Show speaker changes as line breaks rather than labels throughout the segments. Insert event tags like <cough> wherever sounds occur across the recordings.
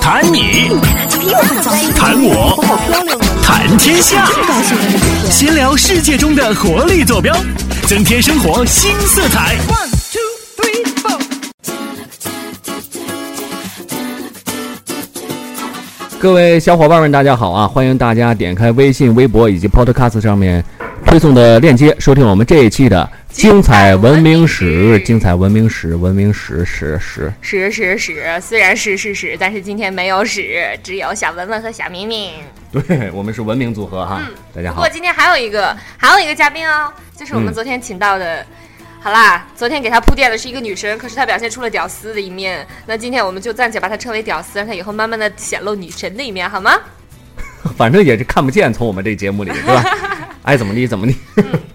谈你，谈我，谈天下，闲聊世界中的活力坐标，增添生活新色彩。
各位小伙伴们，大家好啊！欢迎大家点开微信、微博以及 Podcast 上面推送的链接，收听我们这一期的精彩文明史。精彩文明史，文明史史史。
屎屎屎，虽然是是屎，但是今天没有屎，只有小文文和小明明。
对我们是文明组合哈，大家
不
好
过。今天还有一个还有一个嘉宾哦，就是我们
嗯
昨天请到的。好啦，昨天给她铺垫的是一个女神，可是她表现出了屌丝的一面。那今天我们就暂且把她称为屌丝，让她以后慢慢的显露女神的一面，好吗？
反正也是看不见，从我们这节目里是 <laughs> 吧？爱怎么地怎么地。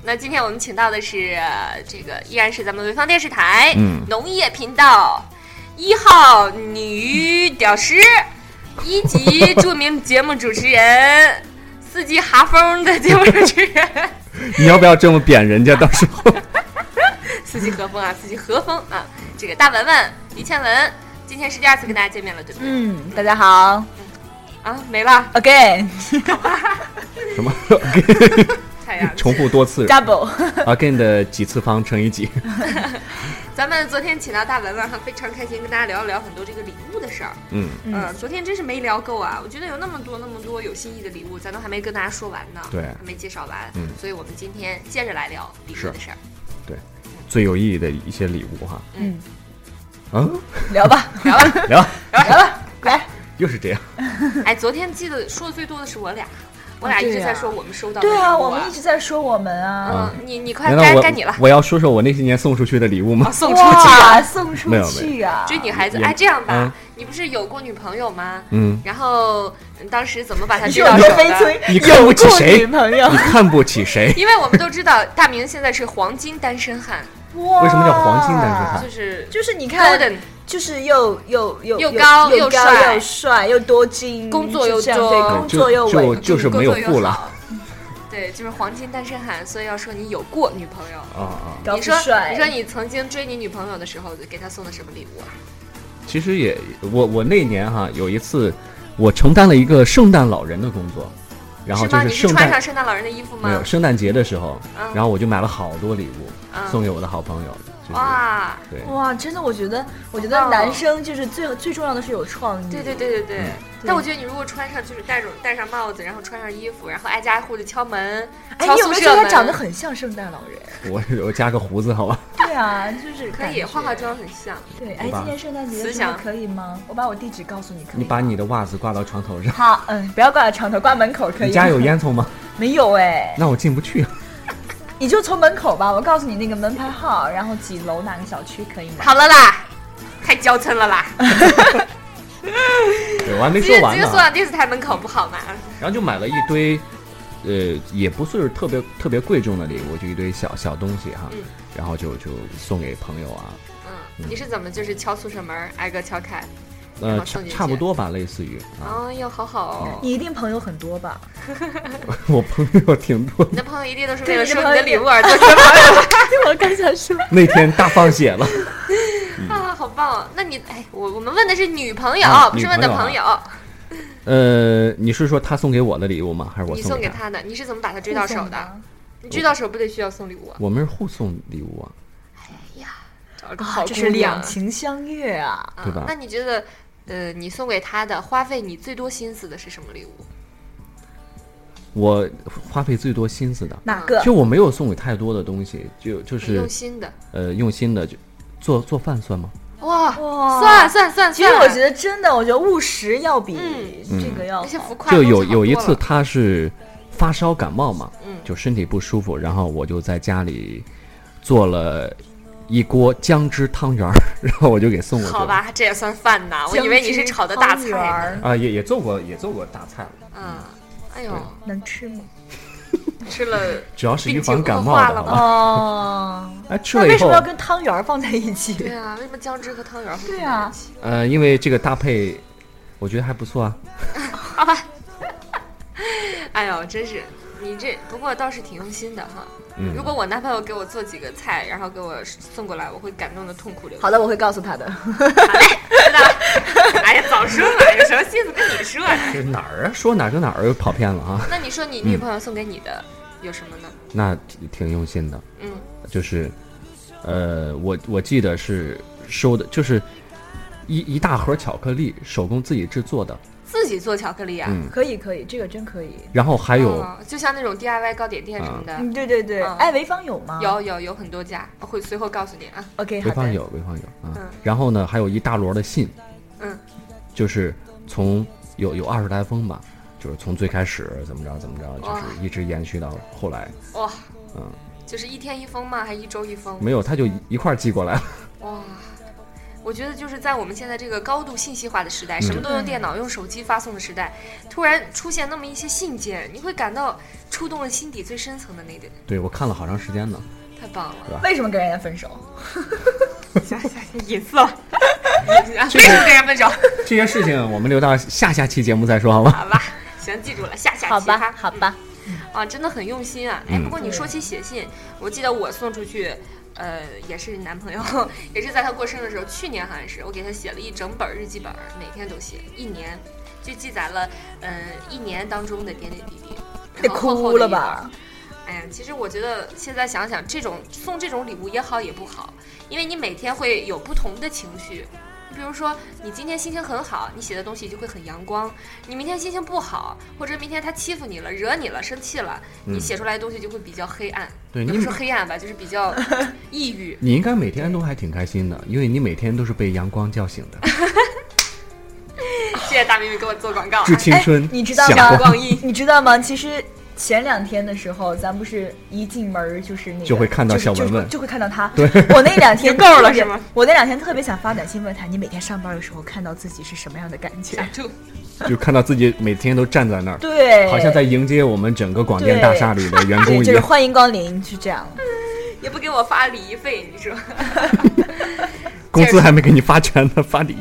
那今天我们请到的是呃这个，依然是咱们潍坊电视台、
嗯
农业频道一号女屌丝，一级著名节目主持人，四季哈风的节目主持人，
你要不要这么贬人家？到时候
四季和风啊，四季和风啊，这个大文文、李倩文，今天是第二次跟大家见面了，对不对？
嗯，大家好
啊，没了，
，again
什么
太阳。
重复多 <laughs> 次
double， <laughs>
again 的几次方乘以几？
咱们昨天请到大文文，哈，非常开心，跟大家聊一聊很多这个礼物的事儿。
嗯，
嗯，昨天真是没聊够啊！我觉得有那么多那么多有新意的礼物，咱都还没跟大家说完呢，
对
还没介绍完，
嗯
所以我们今天接着来聊礼物
是
的事儿。
最有意义的一些礼物哈。
嗯，
嗯，<laughs>
聊吧，
聊吧，
聊，
聊吧，
<laughs>
来，
又是这样。
哎，昨天记得说的最多的是我俩，我俩
啊
一直
对
在
啊
说我们收到的礼
对
物、
啊，我们一直在说我们啊，
嗯，你你快
难道
该
我
该你了，
我要说说我那些年送出去的礼物吗
啊，？送出去
哇，
了，
送出
没有
去啊，
追女孩子。
也
哎，这样吧，
嗯
你不是有过女朋友吗？ <laughs>
嗯，
然后嗯当时怎么把她
你
追
是
到
我
手
的悲
的？
催，
你看不起谁
有过女朋友
你？看不起谁？
<laughs> 因为我们都知道大明现在是黄金单身汉，
<laughs>
哇
为什么叫黄金单身汉
就是
就是你看，
golden
就是又又又
又高
又
又帅
又帅又多金，
工作又
就这样
多
对，工作又
就
稳
就就是没有富了。
嗯对，就是黄金单身汉，所以要说你有过女朋友。
啊啊！
高
你说
富，帅，
你说你曾经追你女朋友的时候，给她送的什么礼物啊？
其实也，我我那年哈有一次，我承担了一个圣诞老人的工作，然后
是
就
吗？你
圣
穿上
诞
圣诞老人的衣服吗
没？有圣诞节的时候，
嗯
然后我就买了好多礼物
嗯
送给我的好朋友，就是
哇，
对
哇，真的，我觉得，我觉
好
得
棒哦
男生就是最最重要的是有创意，
对对对对对。
嗯
但我觉得你如果穿上就是戴着戴上帽子，然后穿上衣服，然后挨家挨户的敲门，
哎，
敲
你有
宿
没有觉
舍
得
门，
他长得很像圣诞老人？
我 <laughs> 我加个胡子好
哎
吧？
对啊，就是
可
感
以
觉
化化。妆很像。
对，
我
哎，
把
今年圣诞节
慈
的时候
祥
可以吗？我把我地址告诉你，可以吗。
你把你的袜子挂到床头上，
好，嗯，不要挂在床头，挂门口可以吗。
你家有烟
<laughs>
囱吗？
没有？哎，
那我进不去。
你就从门口吧，我告诉你那个门牌号，然后几楼哪个小区可以吗？
好了啦，太娇嗔了啦！
<laughs> 对，我还没
直
说
接直
完
接
呢
送。到电视台门口不好吗？嗯
然后就买了一堆，呃，也不是特别特别贵重的礼物，就一堆小小东西哈，
嗯
然后就就送给朋友啊，
嗯，你是怎么就是敲宿舍门，挨个敲开？然
呃，
后
差
送进去
差不多吧，类似于啊，
哎呦，好好哦。
你一定朋友很多吧？
<laughs> 我朋友挺多的，
你的朋友一定都是为
对
了
你的
收你
朋
的
友
礼
也
物而做
<laughs>
<laughs> 准备
我刚想 <laughs> 说，
那天大放血了， <laughs>
的啊，好棒哦！那你哎，我我们问的是女朋友，
啊
不是问的
女
朋
朋
友
友，啊呃，你是说他送给我的礼物吗？还是我
你
送
送给
他？
她的，你是怎么把她追到手的？
的。
你追到手不得需要送礼物啊？
我们是互送礼物啊，
找个好
啊
啊
这
姑
是两
娘，
情相悦啊！
啊
对吧
那你觉得，呃，你送给她的花费你最多心思的是什么礼物？
我花费最多心思的，
哪个
其实？我没有送给太多的东西，就就
很
是
用心的
呃用心的就做做饭算吗？
哇，
哇
算算算，
其实我觉
得
得真的，我觉得务实要比
嗯
这个要
那些
好
浮夸
就
的
有
东西好
有一
多
次
了
他是发烧感冒嘛，
嗯
就身体不舒服，然后我就在家里做了一锅姜汁汤圆儿， <laughs> 然后我就给送过去了。
好吧，这也算饭呐，我以为你是炒的大
姜
菜
汁汤圆
呢。
儿
啊，也也做过也做过大菜了，
嗯，哎呦，
能吃吗？
吃了
主要是预防感
病情
冒
恶化
的。啊
了
好吧
<laughs> 哦，
哎，吃
那
了以
为什
后
么要，跟汤圆儿放在一起？
对啊，为什么姜汁和汤圆儿会
对
放在
啊
一起？
呃，因为这个搭配，我觉得还不错啊。
哎呦，真是你这不过倒是挺用心的哈。
嗯
如果我男朋友给我做几个菜，然后给我送过来，我会感动的痛哭流涕。
好的，我会告诉他的。
好嘞，知道了。哎呀，早说嘛，有什么心可说呢。
这哪儿啊？说哪儿跟哪儿又跑偏了啊？
那你说你女朋友送给你的有什么呢？
<laughs> 那挺挺用心的，
嗯，
就是，呃，我我记得是收的，就是一一大盒巧克力，手工自己制作的，
自己做巧克力啊，
嗯，
<laughs> 可以可以，这个真可以。
然后还
哦
有
嗯就像那种 DIY 糕点店什么的，
嗯，对对对，
嗯
哎，潍坊有吗？
有有有很多家，我会随后告诉你啊。
，OK，好
潍
的。
坊有，潍坊有啊
嗯，
然后呢，还有一大摞的信，
嗯，
就是从有有二十来封吧，就是从最开始怎么着怎么着，就
哇
是一直延续到后来，
哇，
嗯，
就是一天一封吗？还一周一封？
没有他就一一块儿寄过来了， <laughs>
哇，我觉得就是在我们现在这个高度信息化的时
嗯
代，什么都用电脑、用手机发送的时代，突然出现那么一些信件，你会感到触动了心底最深层的那点，
对我看了好长时间呢，
太棒
<laughs>
了！
为什么跟人家分手？
隐私了，为什么跟人分手？
这些事情我们留到下下期节目再说好吗？ <laughs>
好吧，行，记住了，下下
<laughs> 好
期哈
吧，，好吧，
啊，真的很用心啊！哎，
嗯
不过你说起写信，我记得我送出去，呃，也是男朋友， <laughs> 也是在他过生日的时候，去年好像是我给他写了一整本日记本儿，每天都写，一年就记载了，嗯、一年当中的点点滴滴。
得
然后厚厚
哭
的
了
一本儿
吧？
哎呀，其实我觉得现在想想，这种送这种礼物也好也不好，因为你每天会有不同的情绪。比如说，你今天心情很好，你写的东西就会很阳光；你明天心情不好，或者明天他欺负你了、惹你了、生气了，你写出来的东西就会比较黑暗。
嗯对
也
你
不说黑暗吧，就是比较抑郁。
你应该每天都还挺开心的，因为你每天都是被阳光叫醒的。
<laughs>
谢谢大明明给我做广告啊。
致青春，
哎你知道
想
吗
光阴？
你知道吗？其实前两天的时候，咱不是一进门儿就是那个，
就会看到
就是
小文
就
文
是就会看到他。对，我那两
<laughs>
天
就够了
特别
是吗？
我那两天特别想发短信问他，你每天上班的时候看到自己是什么样的感觉？
就
就看到自己每天都站在那儿，
对，
好像在迎接我们整个广电
对
大厦里的员
<laughs> 对，
工一
就是
样。
欢迎光临，是这样。
也不给我发礼仪费，你说？
工资还没给你发全呢，发礼。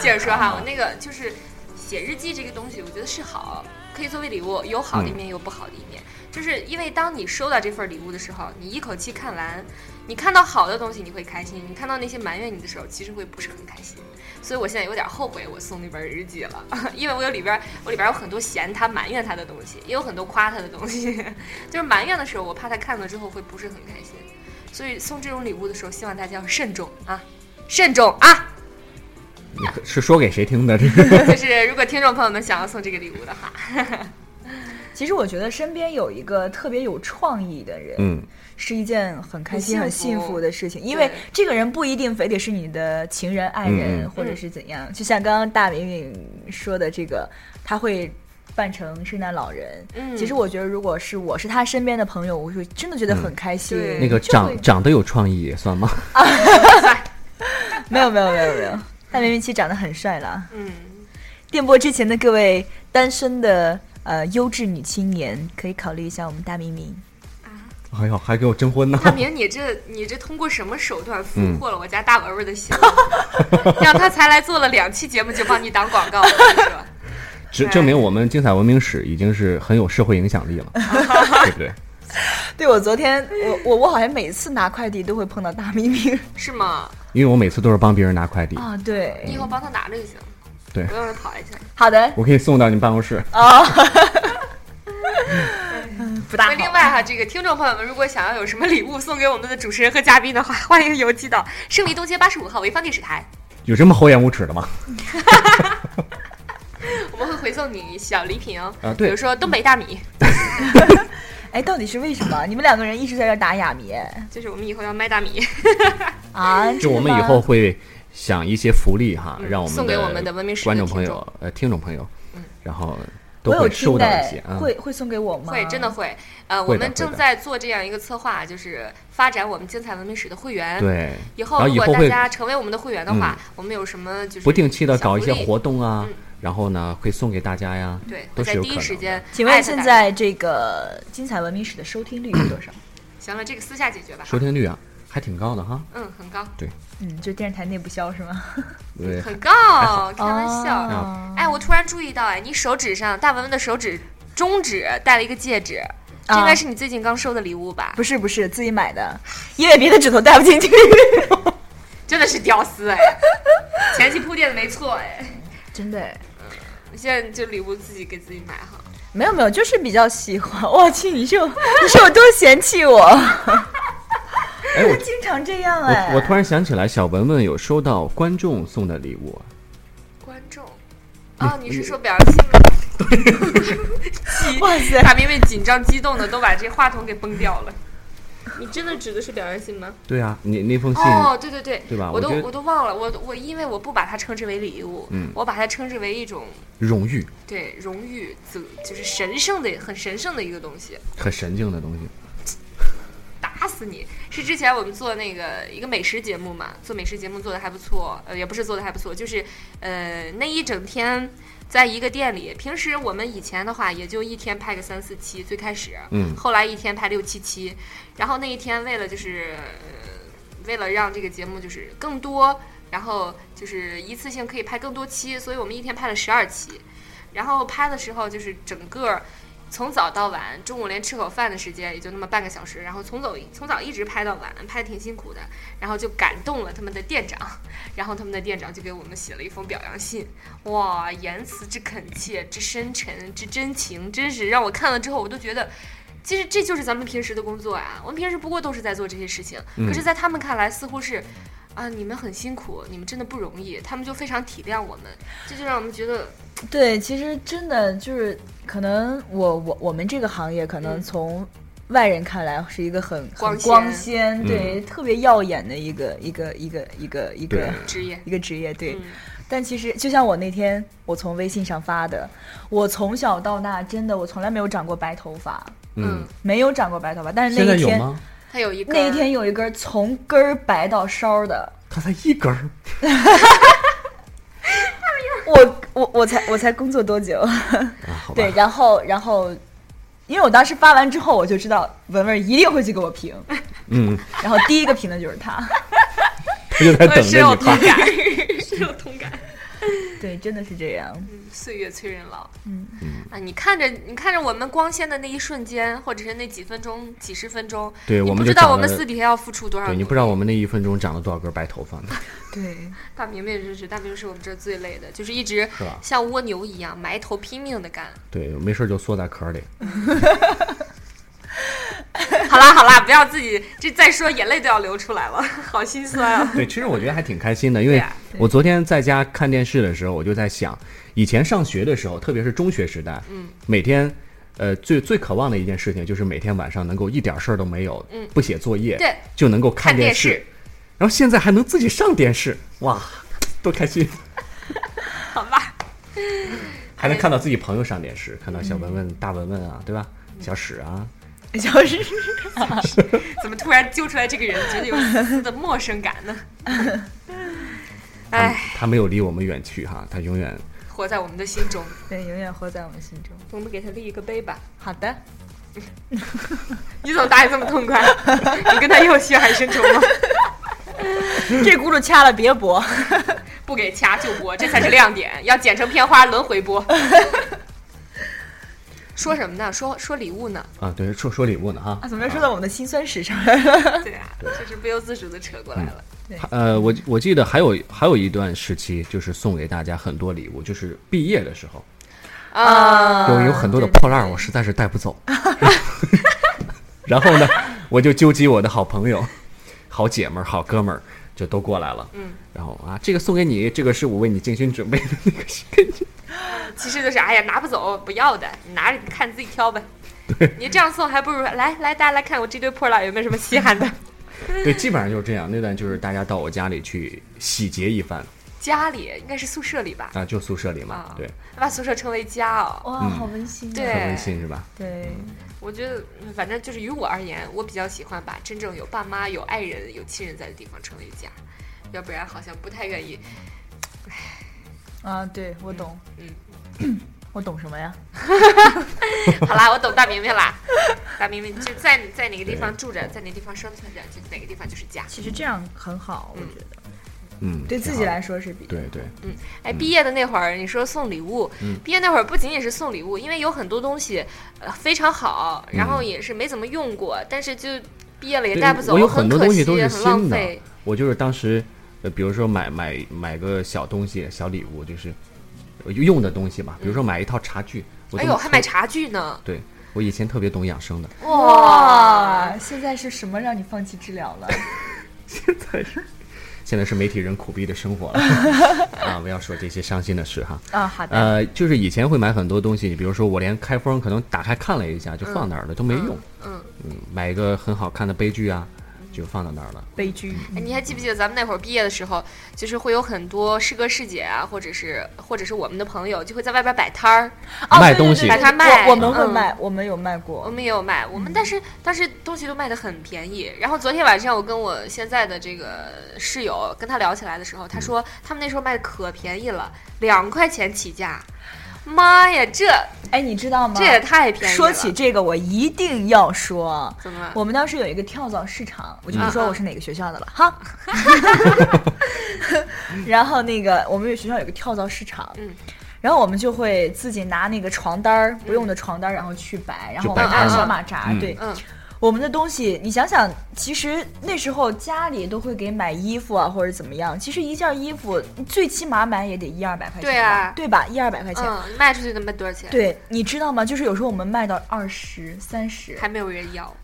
接着说哈，我那个就是写日记这个东西，我觉得是好，可以作为礼物，有好的一面，有不好的一面。就是因为当你收到这份礼物的时候，你一口气看完，你看到好的东西你会开心，你看到那些埋怨你的时候，其实会不是很开心。所以我现在有点后悔我送那本日记了， <laughs> 因为我有里边我里边有很多嫌他埋怨他的东西，也有很多夸他的东西。 <laughs> 就是埋怨的时候，我怕他看了之后会不是很开心。所以送这种礼物的时候，希望大家要慎重啊，慎重啊！
你可是说给谁听的？这
<laughs>
个
就是如果听众朋友们想要送这个礼物的话， <laughs>
其实我觉得身边有一个特别有创意的人，
<laughs> 嗯，
是一件很开心、
很
很
幸福
幸福的事情，因为
对
这个人不一定非得是你的情人、爱
嗯
人，
嗯
或者是怎样。就像刚刚大明明说的，这个他会扮成圣诞老人。
嗯
其实我觉得，如果是我是他身边的朋友，我会真的觉得很开心。
嗯对
那个
就会
长长得有创意也算吗？
没有没有没有没有，大明明其实长得很帅了。
嗯，
电波之前的各位单身的呃优质女青年，可以考虑一下我们大明明。
哎呦，还给我征婚呢！
大明，你这你这通过什么手段俘获了我家大文文的
<laughs>
心？让他才来做了两期节目就帮你挡广告，我跟你说，
只证明我们精彩文明史已经是很有社会影响力
<laughs>
了，对不对？
对我昨天我我我好像每次拿快递都会碰到大
<laughs>
明明
是吗？
因为我每次都是帮别人拿快递，
啊，对
你以后帮他拿着就行，
对
不用跑一下。
<laughs> 好的
我可以送到你办公室。
哦，不大
那另外哈，这个听众朋友们，如果想要有什么礼物送给我们的主持人和嘉宾的话，欢迎邮寄到胜利东街八十五号潍坊电视台，
有这么厚颜无耻的
<laughs>
吗？
我们会回送你小礼品哦。
啊对
比如说东北大米，
哎，到底是为什么？你们两个人一直在这儿打哑谜哎
就是我们以后要卖大米，哎
啊？
就我们以后会想一些福利哈，
嗯
让我们
送给我们的文明史的
观众朋
听嗯
友、呃听众朋友，然后都
真的吗我有
会收
听
到
的
一些
哎，
啊。
会会送给我吗？
会，真的会。呃，我
会的
们
会
正
的
在做这样一个策划，就是发展我们精彩文明史的会员。。
对，
以
然
后
后
如
以
果
后
大
会嗯
家成为我们的会员的话，我们有什么就是
不定期的
小
搞一
福
些
利
活动啊
嗯，
然后呢会送给大家呀，
对，会
都是
在
有
第
可
一
能
时
的
间。
请问现在这个《精彩文明史》的收听率有
<coughs>
多少？
行了，这个私下解决吧。
收听率啊还挺高的哈，
嗯，很高，
嗯，就电视台内部销是
<laughs>
吗？
对，
很
哎
高，开玩
哦
笑。
啊
哎，我突然注意到，哎，你手指上大文文的手指中指戴了一个戒指，这
啊
应该是你最近刚收的礼物吧？
不是不是，自己买的，因为别的指头戴不进去。
<laughs>
<laughs>
真的是屌丝哎，前期铺垫的没错哎。
真的哎，
我现在就礼物自己给自己买哈。
<laughs> 没有没有，就是比较喜欢。我去，你是有 <laughs> 你是有多嫌
<laughs>
弃我？
哎，我
经常这样哎。
我我突然想起来，小文文有收到观众送的礼物，啊
观众，哦，你是说表扬信
<laughs>
吗？
哇塞，
大明明紧张激动的都把这话筒给崩掉了。你真的指的是表扬信吗？
对啊，你那封信，
哦，对对对，
对吧
我都
我觉得
我都忘了，我我因为我不把它称之为礼物，
嗯
我把它称之为一种
荣誉
对荣誉，自就是神圣的很神圣的一个东西。
很神经的东西，
打死你！是之前我们做那个一个美食节目嘛，做美食节目做的还不错，呃，也不是做的还不错，就是呃那一整天在一个店里，平时我们以前的话也就一天拍个三四期，最开始，
嗯
后来一天拍六七期，然后那一天为了就是、呃、为了让这个节目就是更多，然后就是一次性可以拍更多期，所以我们一天拍了十二期，然后拍的时候就是整个。从早到晚，中午连吃口饭的时间也就那么半个小时，然后从早从早一直拍到晚，拍的挺辛苦的，然后就感动了他们的店长， <laughs> 然后他们的店长就给我们写了一封表扬信，哇，言辞之恳切，之深沉，之真情，真是让我看了之后，我都觉得。其实这就是咱们平时的工作啊，我们平时不过都是在做这些事情，可是，在他们看来似乎是，啊，你们很辛苦，你们真的不容易，他们就非常体谅我们，这就让我们觉得
对，其实真的就是，可能我我我们这个行业，可能
嗯
从外人看来是一个很很
光鲜
光鲜，对，特别耀眼的一个一个一个一个一个
嗯对
职业，
一个职业，对。
嗯
但其实就像我那天我从微信上发的，我从小到大真的我从来没有长过白头发，
嗯，
没有长过白头发，但是
现
那
在
一
有
天。
吗？
他有一个
那一天有一根从根儿白到梢儿的，
它才一根儿，
我我我才我才工作多久？
啊，好吧
对，，然后然后，因为我当时发完之后，我就知道文文一定会去给我评，
嗯，
<laughs> 然后第一个评的就是他。
它就在
我
等
<laughs>
深
着
有
你
同
发，
感， <laughs> 深有同感。
对，真的是这样。
嗯，岁月催人老。
嗯
啊，你看着你看着我们光鲜的那一瞬间，或者是那几分钟、几十分钟，
对
你
我们
不
就
知道
长
我们
得
私底下要付出多少努
对
力。
你不知道我们那一分钟长了多少根白头发呢？
对，
大明明真是，大明是我们这儿最累的，就是一直
是吧
像蜗牛一样埋头拼命的干。
对，没事儿就缩在壳里，
好啦好啦，不要自己这再说眼泪都要流出来了， <laughs> 好心酸 <laughs> 啊！
对，其实我觉得还挺开心的，因
对
为
啊
我昨天在家看电视的时候，我就在想，以前上学的时候，特别是中学时代，嗯，每天，呃，最最渴望的一件事情就是每天晚上能够一点事儿都没有，
嗯
不写作业，
对，
就能够看
看电
视，
视
然后现在还能自己上电视，哇，多开心！
好吧，
还能看到自己朋友上电视，看到小文文、
嗯
大文文啊，对吧？小史啊，
就是
怎么突然揪出来这个人，觉得有丝丝的陌生感 <laughs> 呢？
他
哎，
他没有离我们远去哈，他永远
活在我们的心中，
<laughs> 对，永远活在我们心中。
我们给他立一个碑吧。
好的，
<laughs> 你怎么答应这么痛快？你跟他又血海深仇吗？ <laughs>
嗯
这轱辘掐了别 <laughs> 驳。啊
不给掐就播，这才是亮点，要剪成片花轮回播。 <laughs> 说什么呢？说说礼物呢？
啊，对，说说礼物呢哈
啊，，怎么又说到我们的辛酸史上了？
对啊，就是不由自主的扯过来了。
呃，我我记得还有还有一段时期，就是送给大家很多礼物，就是毕业的时候，
啊、
有有很多的
嗯对对
破烂儿，我实在是带不走。 <laughs> 然后呢，我就纠集我的好朋友、好姐们儿、好哥们儿，就都过来了。嗯，然后啊，这个送给你，这个是我为你精心准备的，那
<laughs>
个是给你。
其实就是哎呀，拿不走，不要的，你拿着你看自己挑呗。你这样送还不如来来，大家来看我这堆破烂有没有什么稀罕的。
对，基本上就是这样。那段就是大家到我家里去洗劫一番
家里应该是宿舍里吧？
啊，就宿舍里嘛
啊，，
对，，
把宿舍称为家哦。
哇，
嗯
好温馨、啊。
对
很温馨是吧？
对，
我觉得，嗯反正就是于我而言，我比较喜欢把真正有爸妈、有爱人、有亲人在的地方称为家，要不然好像不太愿意。 <laughs>
啊，对我懂。
嗯，
我懂什么呀？
好啦，我懂大明明啦，大明明就在在哪个地方住着，在哪个地方生存着，就哪个地方就是家。
其实这样很好，我觉得
嗯，
对
挺
自
好
己
的
来，说是比
对对，嗯
哎，毕业的那会儿，你说送礼物，毕业那会儿不仅仅是送礼物，因为有很多东西，呃，非常好，然后也是没怎么用过，但是就毕业了也
嗯对
带不走，
我有
很
多
可
东
惜，
西都是
很浪
新的
费。，
我就是当时呃，比如说买买买个小东西、小礼物，就是呃用的东西吧。比如说买一套茶具，我
哎
都
呦，还买
特
茶具呢，
对我以前特别懂养生的，
<laughs>
哇，啊现在是什么让你放弃治疗了？
<laughs> 现在是媒体人苦逼的生
<laughs>
活了啊！不要说这些伤心的事哈。
啊，好的，
呃，就是以前会买很多东西，比如说我连开封可能打开看了一下就放那儿了，都没用。
嗯，
嗯，买一个很好看的杯具啊，就放到那儿了。
悲剧。
哎，你还记不记得咱们那会儿毕业的时候，就是会有很多师哥师姐啊，或者是或者是我们的朋友，就会在外边摆摊儿。
哦
卖
对对
东西
对对
把它卖
我我们会
嗯
卖，我们有卖
我
过。
们也有卖，我
嗯
们但是但是东西都卖的很便宜。然后昨天晚上我跟我现在的这个室友跟他聊起来的时候，他
嗯
说他们那时候卖的可便宜了，两块钱起价。妈呀，这
哎，你知道吗？
这也太便宜了！嗯
说起这个，我一定要说，
怎么了
我们当时有一个跳蚤市场，我就
嗯
不说我是哪个学校的了哈。
<laughs>
然后那个我们有学校有个跳蚤市场，
嗯，
然后我们就会自己拿那个床单儿，不用的床单儿，然后去摆，然后我们
摆摊
按
嘛
小马扎，
嗯
对，
嗯
我们的东西，你想想，其实那时候家里都会给买衣服啊，或者怎么样。其实一件衣服最起码买也得一二百块钱吧，
对啊
对吧？一二百块钱，
嗯，卖出去能卖多少钱？，
对，你知道吗？就是有时候我们卖到二十三十，
还没有人
啊
要。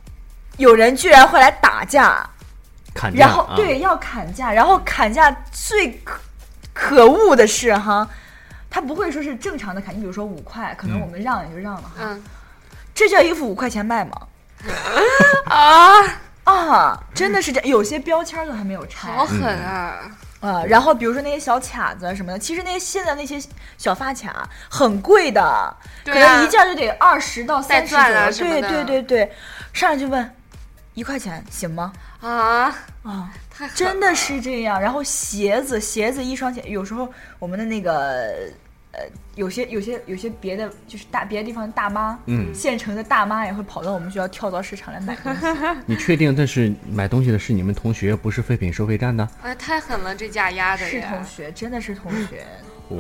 有人居然会来打架，
砍价
然后、
啊，
对要砍价，然后砍价最可可恶的是哈，他不会说是正常的砍，你比如说五块，可能
嗯
我们让也就让了哈。
嗯
这件衣服五块钱卖吗？
啊，
啊，真的是这样，有些标签儿都还没有拆。
好狠啊！
啊，然后比如说那些小卡子什么的，其实那些现在那些小发卡很贵的，
对
可
啊
能一件就得二十到
带
三十左
钻
右。
啊什么
对
的
对对对，上来就问一块钱行吗？
啊，
啊，
太狠了
真的是这样。然后鞋子，鞋子一双鞋，有时候我们的那个呃，有些有些有些别的就是大别的地方的大妈，
嗯
县城的大妈也会跑到我们学校跳蚤市场来买
<laughs>
东西。
你确定那是买东西的是你们同学，不是废品收费站的？
哎，太狠了，这价压的
是
呀
同学，真的是同学。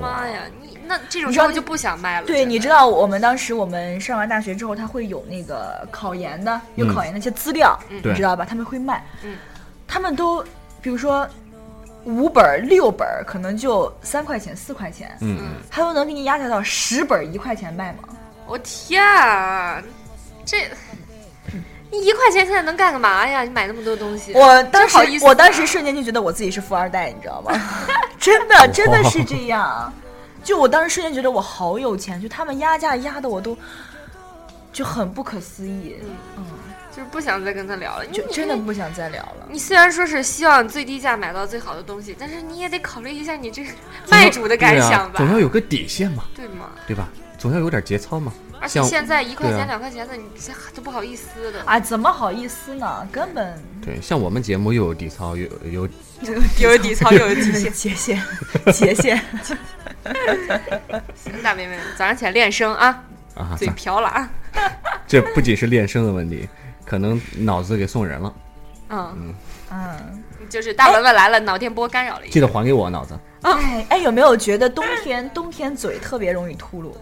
哇
妈，呀，你那这种
你
时
知道
候就不想卖了。
对，
真的
你知道我们当时我们上完大学之后，他会有那个考研的，有
嗯
考研的一些资料，
对
你知道吧？他们会卖，
嗯
他们都比如说五本儿、六本儿，可能就三块钱、四块钱，
嗯嗯，
他又能给你压价到十本儿一块钱卖吗？
我天啊，这你一块钱现在能干个嘛呀？你买那么多东西，
嗯我当
真
时
好意思
我当时瞬间就觉得我自己是富二代，你知道吗？ <laughs> 真的真的是这样，就我当时瞬间觉得我好有钱，就他们压价压的我都就很不可思议，
嗯就是不想再跟他聊了。你
就
你
真的不想再聊了。
你虽然说是希望最低价买到最好的东西，但是你也得考虑一下你这个卖主的感想吧
对啊，总要有个底线嘛，
对吗？
对吧？总要有点节操嘛。
而且
像
现在一块
对
钱、
啊
两块钱的，你这都不好意思哎的。
啊，怎么好意思呢？根本
对，像我们节目又有底操，又有
有底槽，有
界限， <laughs> 界限，界限。
大妹妹，早上起来练声啊，
啊，
嘴
咱
瓢了啊。
这不仅是练声的问题，可能脑子给送人了。
嗯，
嗯，
就是大文文来了，脑电波干扰了一下
记。得还给我脑子。
哎哎，有没有觉得冬天冬天嘴特别容易秃噜？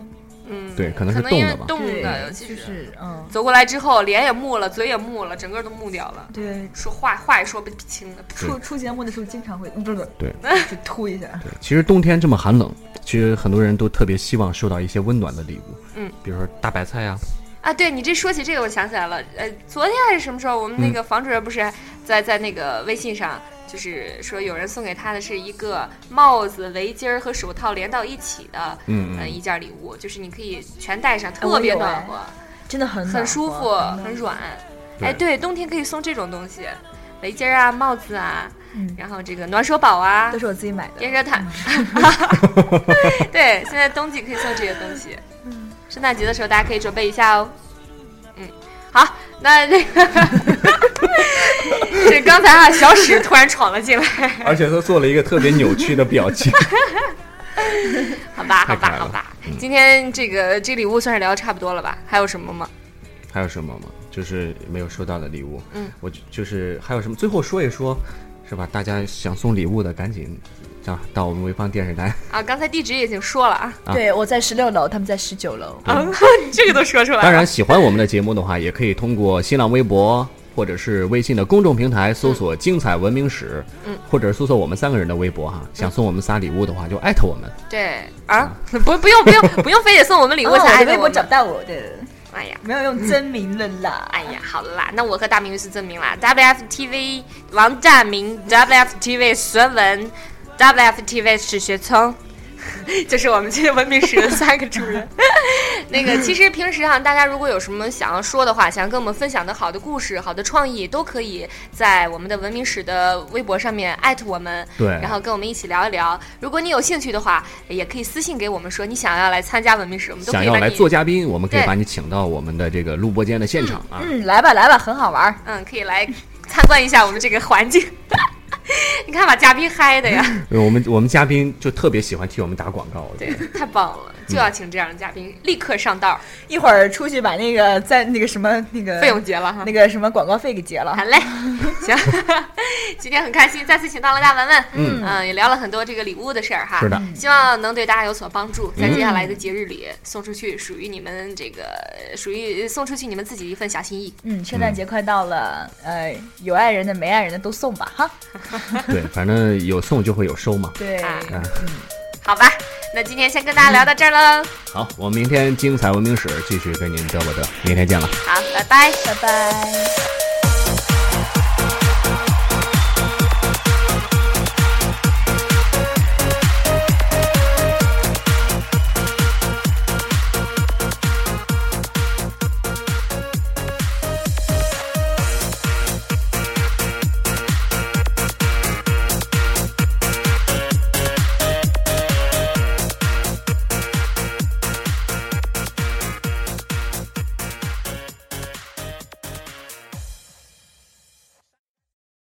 嗯，
对可能是
可能因为
动
动
的吧
的，尤
对，
其
就。是嗯，
走过来之后，脸也木了，嘴也木了，整个都木掉了。
对。
说话话也说不清了。
出出节目的时候经常会，嗯不是不是，
对，
就秃一下。
对，其实冬天这么寒冷，其实很多人都特别希望收到一些温暖的礼物，
嗯，
比如说大白菜啊，
啊，对你这说起这个，我想起来了，呃，昨天还是什么时候，我们那
嗯
个房主任不是在在那个微信上，就是说有人送给他的是一个帽子、围巾儿和手套连到一起的，
嗯嗯
呃，一件礼物，就是你可以全戴上，
我
特别
有
暖
哎
和，
真的很
很
暖
舒服，
和嗯
很。软。
对
哎，对，冬天可以送这种东西，围巾儿啊、帽子啊，
嗯
然后这个暖手宝啊
都，是我自己买的嗯
电。热毯。 <laughs>
<laughs>
对，现在冬季可以送这些东西。圣诞节的时候大家可以准备一下哦。嗯，好，那那个这刚才啊，小史突然闯了进来，
而且他做了一个特别扭曲的表情。
好吧，好
太可爱
吧，
了嗯
好吧。今天这个这礼物算是聊的差不多了吧？还有什么吗？
还有什么吗？就是没有收到的礼物，
嗯，
我就就是还有什么？最后说一说，是吧？大家想送礼物的赶紧啊，到我们潍坊电视台。
啊，刚才地址也已经说了啊，
啊
对，我在十六楼，他们在十九楼。
<laughs>
嗯
啊，这个都说出来了。
当然，喜欢我们的节目的话，也可以通过新浪微博、或者是微信的公众平台搜索“精彩文明史”，嗯，或者是搜索我们三个人的微博哈。
嗯
想送我们仨礼物的话，就艾特我们。
对啊，不不用不用不用非得送我们礼物
哦
才
我
艾
的
特
微
我
博
们
找不到我的，
哎呀。
没有用真名了啦。
哎呀，好啦，那我和大明是证明啦，WFTV 王大明，WFTV 孙文，WFTV 史学聪， <laughs> 就是我们这些文明史的三个主人。 <laughs> 那个，其实平时哈、大家如果有什么想要说的话，想要跟我们分享的好的故事、好的创意，都可以在我们的文明史的微博上面艾特我们，
对
然后跟我们一起聊一聊。如果你有兴趣的话，也可以私信给我们说你想要来参加文明史，我们都可
想
以
要
把
来
你
做嘉宾，我们可以
对
把你请到我们的这个录播间的现场啊。
嗯，来吧来吧，很好玩儿。
嗯，可以来参观一下我们这个环境。 <laughs> 你看把嘉宾嗨的呀， <laughs>
呃我们我们嘉宾就特别喜欢替我们打广告，我觉
对
得，
太棒了，就要请这样的嘉宾，立刻上道，
一会儿出去把那个在那个什么那个
费用结了哈
那。个什么广告费给结了
好。嘞， <laughs> 行，今天很开心，再次请到了大文文，嗯也聊了很多这个礼物的事儿哈，
是的，嗯
希望能对大家有所帮助，在接下来的节日里送出去属于你们这个属于送出去你们自己一份小心意，
嗯，圣诞节快到了，呃，有爱人的没爱人的都送吧哈。
对，反正有送就会有收嘛。
对，
啊
嗯，
好吧？那今天先跟大家聊到这儿喽，
好，我们明天精彩文明史继续跟您嘚啵嘚，明天见了。
好，拜拜。
拜拜。